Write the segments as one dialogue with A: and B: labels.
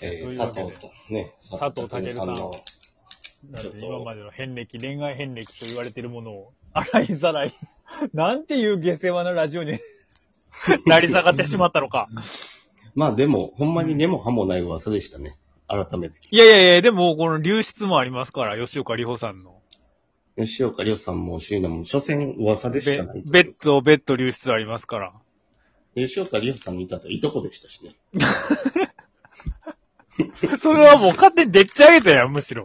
A: え
B: と
A: ー、
B: いう
A: 佐
B: わけで
A: 藤と、ね、
B: 佐藤健さんのな
A: ちょっ
B: の
A: と
B: で今までの遍歴、恋愛遍歴と言われているものを、 洗いざらい、なんていう下世話なラジオに なり下がってしまったのか。
A: まあでも、ほんまに根も葉もない噂でしたね。改めて聞
B: いやいやいや、でも、この流出もありますから、吉岡里帆さんの。
A: く。吉岡亮さんも椎名も、所詮噂でし
B: ベ
A: かない。
B: ベッド、ベッド流出ありますから。
A: 吉岡亮さんに至ったらいとこでしたしね。
B: それはもう勝手にでっち上げたやん、むしろ。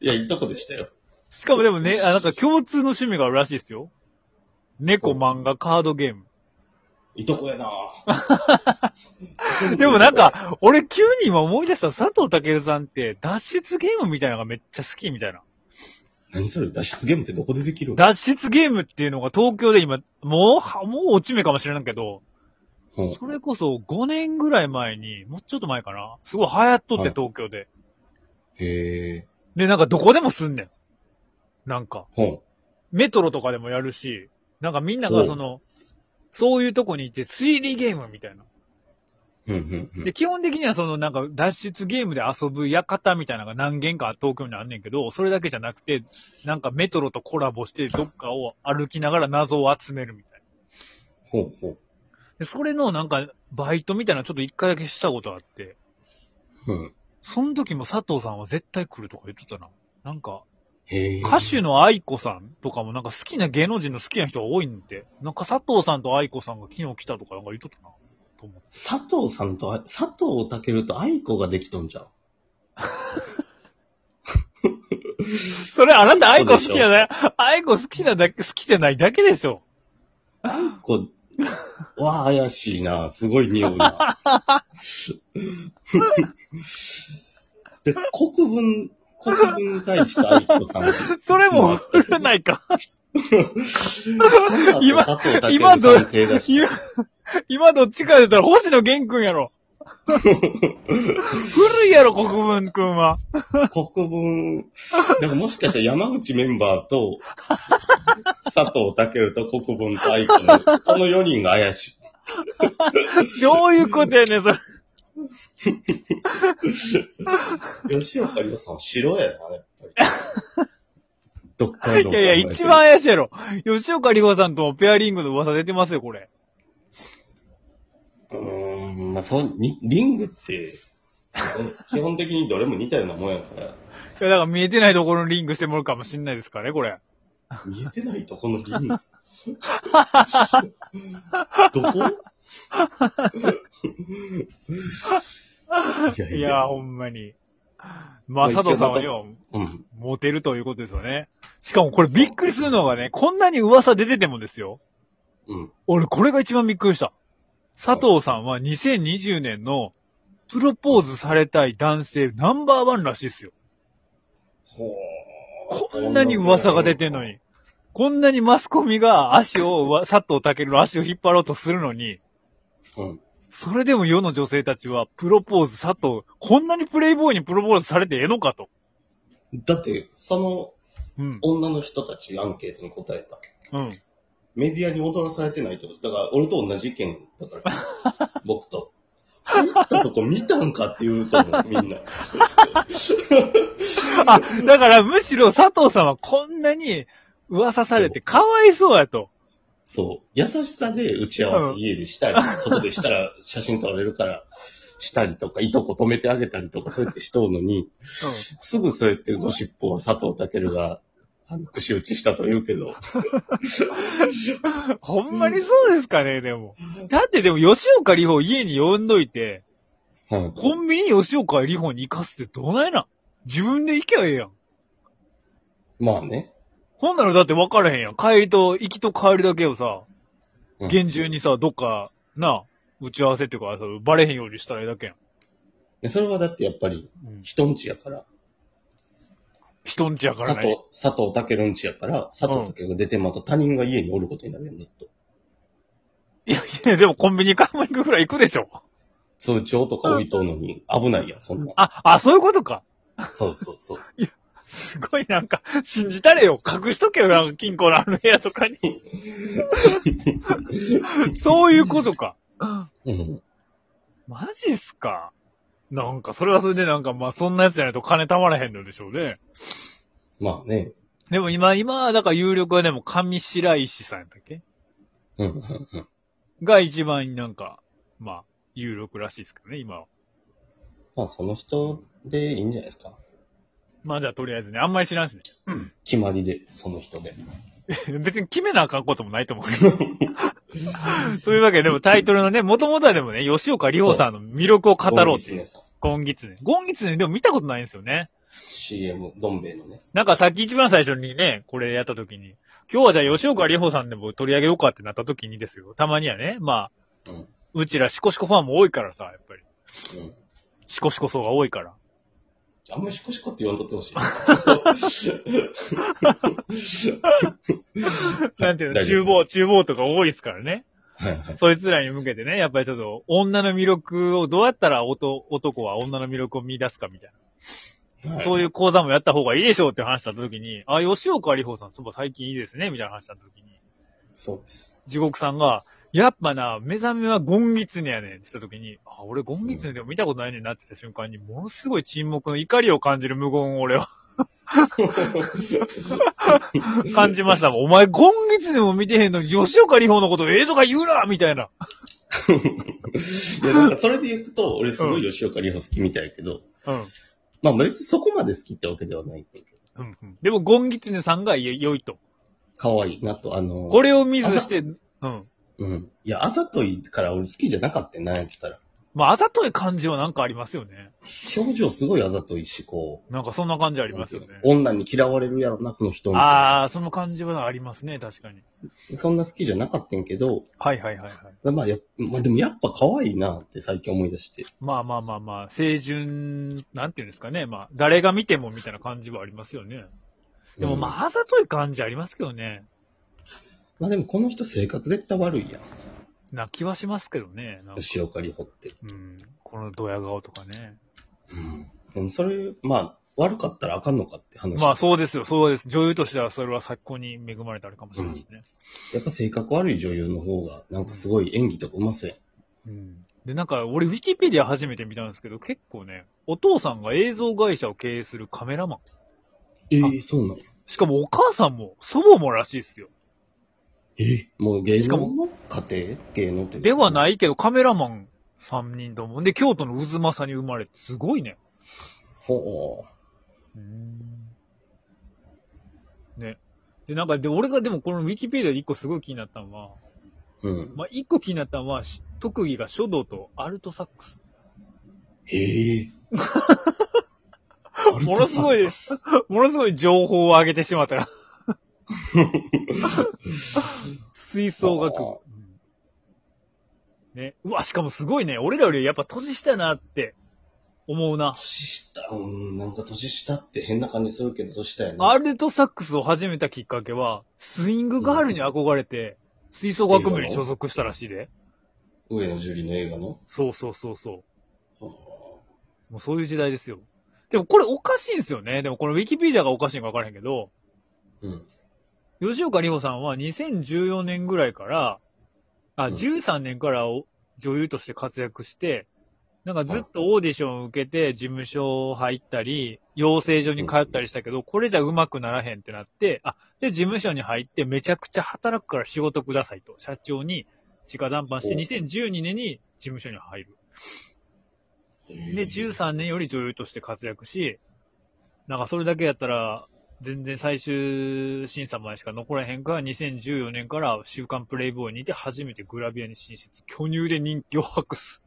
A: いや、いとこでしたよ。
B: しかもでもね、あなんか共通の趣味があるらしいですよ。猫、漫画、カードゲーム。
A: いとこやなぁ
B: でもなん、か、俺急に今思い出した佐藤健さんって、脱出ゲームみたいなのがめっちゃ好きみたいな。
A: 何それ脱出ゲームってどこでできるの
B: 脱出ゲームっていうのが東京で今、もうは、もう落ち目かもしれないけど、
A: うん
B: それこそ5年ぐらい前に、もうちょっと前かな。すごい流行っとっ
A: はい
B: て東京で。
A: へえ。
B: で、なんかどこでもすんねん。なんか、
A: ほん。
B: メトロとかでもやるし、なんかみんながその、そういうとこに行って推理ゲームみたいな。
A: うん、うん、うん
B: で、。基本的にはそのなんか脱出ゲームで遊ぶ館みたいなのが何軒か東京にあんねんけど、それだけじゃなくて、なんかメトロとコラボしてどっかを歩きながら謎を集めるみたいな。
A: ほうほう。
B: で、それのなんかバイトみたいなのちょっと一回だけしたことあって、
A: うん。
B: その時も佐藤さんは絶対来るとか言ってたな。なんか、
A: へえ。
B: 歌手の愛子さんとかもなんか好きな芸能人の好きな人が多いんで、なんか佐藤さんと愛子さんが昨日来たとかなんか言っとったな。と思って。
A: 佐藤さんとあ、佐藤健と愛子ができとんじゃん。
B: それあなた愛
A: 愛
B: 子
A: 子好
B: 好き
A: き
B: な
A: な
B: ね、愛子好きなだけ、好きじゃないだけでしょ。
A: 愛子は怪しいなすごい匂うなで、国分、国分太一と愛子さん。
B: それ
A: も
B: も振らないか。 今
A: 佐藤健さんに手出し
B: 今、今どっちかで言ったら星野源くんや ろ。古いやろ、国分くんは。
A: 国分、でももしかしたら山口メンバーと、佐藤健と国分と愛子の、その4人が怪しい。
B: どういうことやねん、それ。
A: 吉岡里帆さんは白やな、やっぱり。どっからどう
B: いやいや、一番。怪しいやろ。吉岡里帆さんともペアリングの噂出てますよ、これ。
A: うーん、まあ、そう、にリングって、 基本的にどれも似たようなもんやから、
B: いや、だから見えてないところのリングしてもらうかもしんないですからね、これ。
A: 見えてないとこのリング。 どこ いや
B: いや、ほんまに。ま
A: ま
B: あ、
A: あ
B: 佐藤さんは
A: 一応
B: よ、
A: うん。
B: モテるということですよね。しかもこれびっくりするのがね、こんなに噂出ててもですよ。
A: うん。
B: 俺、これが一番びっくりした。佐藤さんは2020年のプロポーズされたい男性ナンバーワンらしいですよ。
A: ほ
B: こんなに噂が出てんの。に。こんなにマスコミが足をわ、佐藤健の足を引っ張ろうとするのに、
A: うん。
B: それでも世の女性たちはプロポーズ佐藤、こんなにプレイボーイにプロポーズされてええのかと。
A: だって、その
B: うん。
A: 女の人たちアンケートに答えた。
B: うん。
A: メディアに踊らされてないってことだから、俺と同じ意見だから、 僕と。入ったとこ見たんかって言うと 思う、みんな。
B: あ、だからむしろ佐藤さんはこんなに噂されてかわいそうやと。
A: そう。優しさで打ち合わせ家でしたり、外でしたら写真撮られるから、したりとか、いとこ止めてあげたりとか、そうやってしとうのに、すぐそうやってゴシップを佐藤健が、あの、串打ちしたと言うけど、
B: うん。ほんまにそうですかね、でも。だってでも吉岡里帆家に呼んどいて、
A: うん
B: コンビニ吉岡里帆に行かすってどないなん自分で行けばええやん。
A: まあね。
B: ほんならだって分からへんやん。帰りと、行きと帰りだけをさ、
A: うん
B: 厳重にさ、どっか、な、打ち合わせっていうか、そのバレへんようにしたらええだけやん。
A: でそれはだってやっぱり、人んちやから、
B: 人んちやから
A: 佐
B: ね
A: 藤。、佐藤健んちやから、佐藤健が出てまた他人が家におることになるやん、ずっと。
B: いやいや、でもコンビニ買い物行くぐらい行くでしょ。
A: 通帳とか置いとうのに、危ないやん、そんな。
B: あ、あ、そういうことか。
A: そうそうそう。
B: すごいなんか、信じたれよ。隠しとけよ、なんか金庫のある部屋と かに。そういうことか。
A: うん。
B: マジっすか。なんか、それはそれでなんか、まあ、そんなやつじゃないと金貯まらへんのでしょうね。
A: まあね。
B: でも今、今、だから有力はでも、上白石さんやったっけ
A: うんうんうん。
B: が一番なんか、まあ、有力らしいですけどね、今は。
A: まあその人でいいんじゃないですか。
B: まあじゃあとりあえずね、あんまり知らんしね。
A: 決まりで、その人で。
B: 別に決めなあかんこともないと思う けど。というわけで、でもタイトルのね、もともとはでもね、吉岡里帆さんの魅力を語ろうっていう。
A: さん。
B: ゴンギツネ。ゴンギツネでも見たことないんですよね。
A: CM、どん兵衛のね。
B: なんかさっき一番最初にね、これやった時に、今日はじゃあ吉岡里帆さんでも取り上げようかってなった時にですよ。たまにはね、まあ、
A: うん
B: うちらシコシコファンも多いからさ、やっぱり。
A: うん。
B: シコシコ層が多いから。
A: あんまりシコシコって言わんとってほしい。
B: なんていうの、
A: 大丈
B: 厨
A: 夫
B: 房、厨房とか多いですからね。
A: はいはい。
B: そいつらに向けてね、やっぱりちょっと、女の魅力を、どうやったら男男は女の魅力を見出すかみたいな、そう
A: いう。
B: いう講座もやった方がいいでしょうって話だった時に、あ、吉岡里帆さん、そういえば最近いいですね、みたいな話だった時に、
A: そうです。
B: 地獄さんが、やっぱな、目覚めはゴンギツネやねんって言った時に、あ、俺ゴンギツネでも見たことないねんなって言った瞬間に、ものすごい沈黙の怒りを感じる無言を俺は 感じましたもん。お前ゴンギツネも見てへんのに、吉岡里帆のことええとか言うなみたいな。
A: いや、なんかそれで言うと、俺すごい吉岡里帆好きみたいやけど、
B: うん。
A: まあ別にそこまで好きってわけではないんだけど、
B: うんうんでも、ゴンギツネさんがよ良いと。
A: 可愛いなと、あの、
B: これを見ずして、うん。
A: うん。いや、あざといから俺好きじゃなかったよ、なんやったら。
B: まあ、あざとい感じはなんかありますよね。
A: 表情すごいあざといし、こう。
B: なんかそんな感じありますよね。
A: 女に嫌われるやろな、この人みたいな
B: ああ、その感じはありますね、確かに。
A: そんな好きじゃなかったんやけど、
B: はいはいはいはい。
A: まあやっ、まあでもやっぱ可愛いなって最近思い出して。
B: まあまあまあまあ、青春、なんていうんですかね。まあ、誰が見てもみたいな感じはありますよね。でも
A: あ。
B: まあ、あざとい感じありますけどね。
A: まあでもこの人性格絶対悪いやん。
B: な気はしますけどね。なんか
A: 吉岡里帆って。
B: うん。このドヤ顔とかね。
A: うん。でもそれ、まあ、悪かったらあかんのかって話。
B: まあそうですよ、そうです。女優としてはそれは最高に恵まれたあれかもしれないしね。
A: やっぱ性格悪い女優の方が、なんかすごい演技とかうまそうやん。
B: で、なんか、俺、ウィキペディア初めて見たんですけど、結構ね、お父さんが映像会社を経営するカメラマン。
A: ええそうなの
B: しかも、お母さんも、祖母もらしいっすよ。
A: ええもう芸
B: しか
A: 能
B: も
A: の家庭芸能って。。
B: ではいないけど、カメラマン3人とも。で、京都の渦政に生まれて、すごいね。
A: ほ
B: ね。で、なんか、で、俺が、でも、このウィキペディアで一個すごい気になったのは、
A: う。うん。
B: まあ、一個気になったのは、し特技が書道とアルトサックス。
A: ええ
B: ものすごい
A: アルトサックス
B: ものすごい情報を上げてし まったが。吹奏楽
A: あー
B: 部。ね。うわ、しかもすごいね。俺らよりやっぱ年下やなって思うな。
A: 年下、うん、なんか年下って変な感じするけど、年下やな。
B: アルトサックスを始めたきっかけは、スイングガールに憧れて、吹奏楽部に所属したらしいで。
A: 上野樹里の映画の。
B: そうそうそうそう。
A: あ
B: もうそういう時代ですよ。でもこれおかしいんですよね。でもこのウィキペディアがおかしいのかわからへんけど、
A: ーうん。
B: 吉岡里帆さんは2014年ぐらいから、あ、
A: うん
B: 13年からお女優として活躍して、なんかずっとオーディションを受けて事務所入ったり、養成所に通ったりしたけど、これじゃ上手くならへんってなって、あ、で事務所に入ってめちゃくちゃ働くから仕事くださいと、社長に直談判して
A: お
B: 2012年に事務所に入る。
A: で
B: で、13年より女優として活躍し、なんかそれだけやったら、全然最終審査までしか残らへんから、2014年から週刊プレイボーイにて初めてグラビアに進出、巨乳で人気を博す。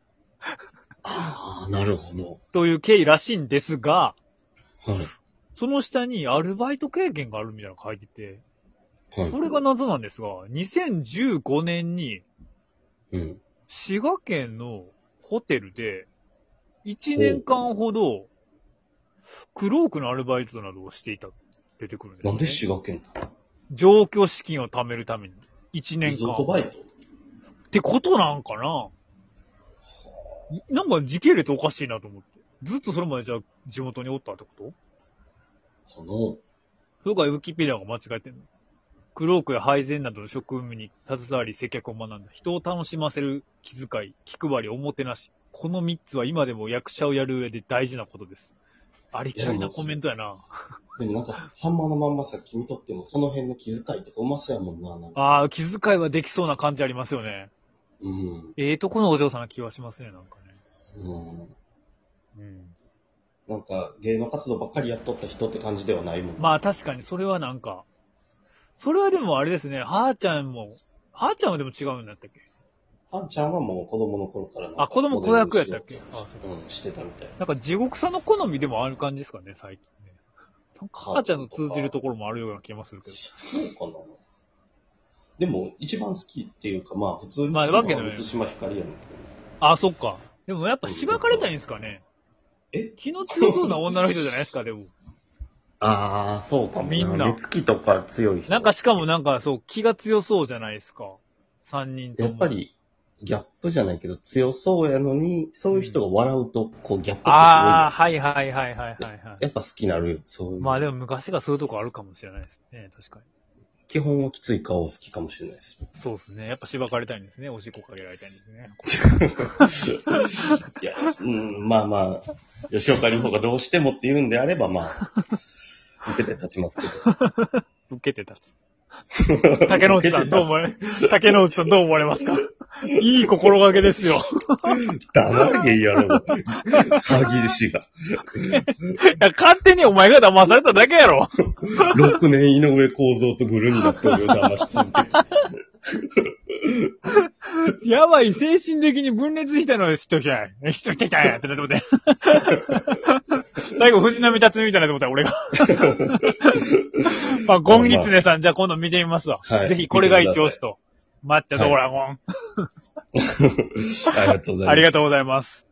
A: ああ、なるほど。
B: という経緯らしいんですが、
A: はい。
B: その下にアルバイト経験があるみたいなの書いてて、
A: はい。
B: それが謎なんですが、2015年に
A: うん。
B: 滋賀県のホテルで、1年間ほど、クロークのアルバイトなどをしていた、出てくるんです、ね。
A: なんで滋賀県か
B: 上京資金を貯めるために。1
A: リ
B: 年
A: ゾ
B: 間
A: ー。トバイト
B: ってことなんかななんか時系列おかしいなと思って。ずっとそれまでじゃあ地元におったってこと
A: この、
B: それからウィキペディアが間違えてんの。クロークや配膳などの職務に携わり接客を学んだ。人を楽しませる気遣い、気配り、おもてなし、この3つは今でも役者をやる上で大事なことです。ありきたりなコメントやな。
A: でもなんか、さんまのまんまさっき見とっても、その辺の気遣いとかうまそうやもんな、なんか。
B: ああ、気遣いはできそうな感じありますよね。
A: うん。
B: ええとこのお嬢さんな気はしますね、なんかね。
A: うん。
B: うん。
A: なんか、芸能活動ばっかりやっとった人って感じではないもん。
B: まあ確かにそれはなんか、それはでもあれですね、はーちゃんも、はーちゃんはでも違うんだったっけ
A: あんちゃんはもう子供の頃からなんか
B: あ子供子役やったっけ
A: モデルにしよううん、してたみたい。
B: なんか地獄さんの好みでもある感じですかね、最近ね。なんかはーちゃんと通じるところもあるような気もするけど。
A: そうかな。でも、一番好きっていうか、まあ、普通に
B: まあわけない
A: 松島ひかりやねんけど。
B: あ、そっか。でもやっぱしばかれたいんですかね。
A: え
B: 気の強そうな女の人じゃないですか、でも。
A: ああ、そうかもな。
B: みんな
A: 目つきとか強い人。
B: なんか、しかもなんかそう、気が強そうじゃないですか。三人と
A: や
B: も。
A: っぱ。り、ギャップじゃないけど、強そうやのに、そういう人が笑うと、こう、ギャップってすごい
B: ああ、
A: やん。
B: はいはいはいはいはい、は
A: やっぱ好きになるよ、そういう。
B: い。まあでも昔がそういうとこあるかもしれないですね、確かに。
A: 基本はきつい顔好きかもしれない です。
B: そうですね。やっぱしばかれたいんですね。おしっこかけられたいんですね。
A: いや、うん、まあまあ、吉岡里帆がどうしてもって言うんであれば、まあ、受けて立ちますけど。
B: 受けて た。竹之内さん、どう思われ、竹之内さんどう思われ ますかいい心がけです よ。
A: 黙れ、ゲイ野 郎。詐欺師が。
B: いや、勝手にお前が騙されただけやろ。
A: 6年井上構造とグルになって俺を騙し続けて。
B: やばい、精神的に分裂したのは知っときたい。知っときたいってなっても て。最後、藤波達みたいになってもて、俺 が。まあ、ゴンギツネさん、じゃあ今度見てみますわ。
A: はい
B: ぜひ、これが一押しと。抹茶ドラゴン、
A: ありがとうございます。
B: ありがとうございます。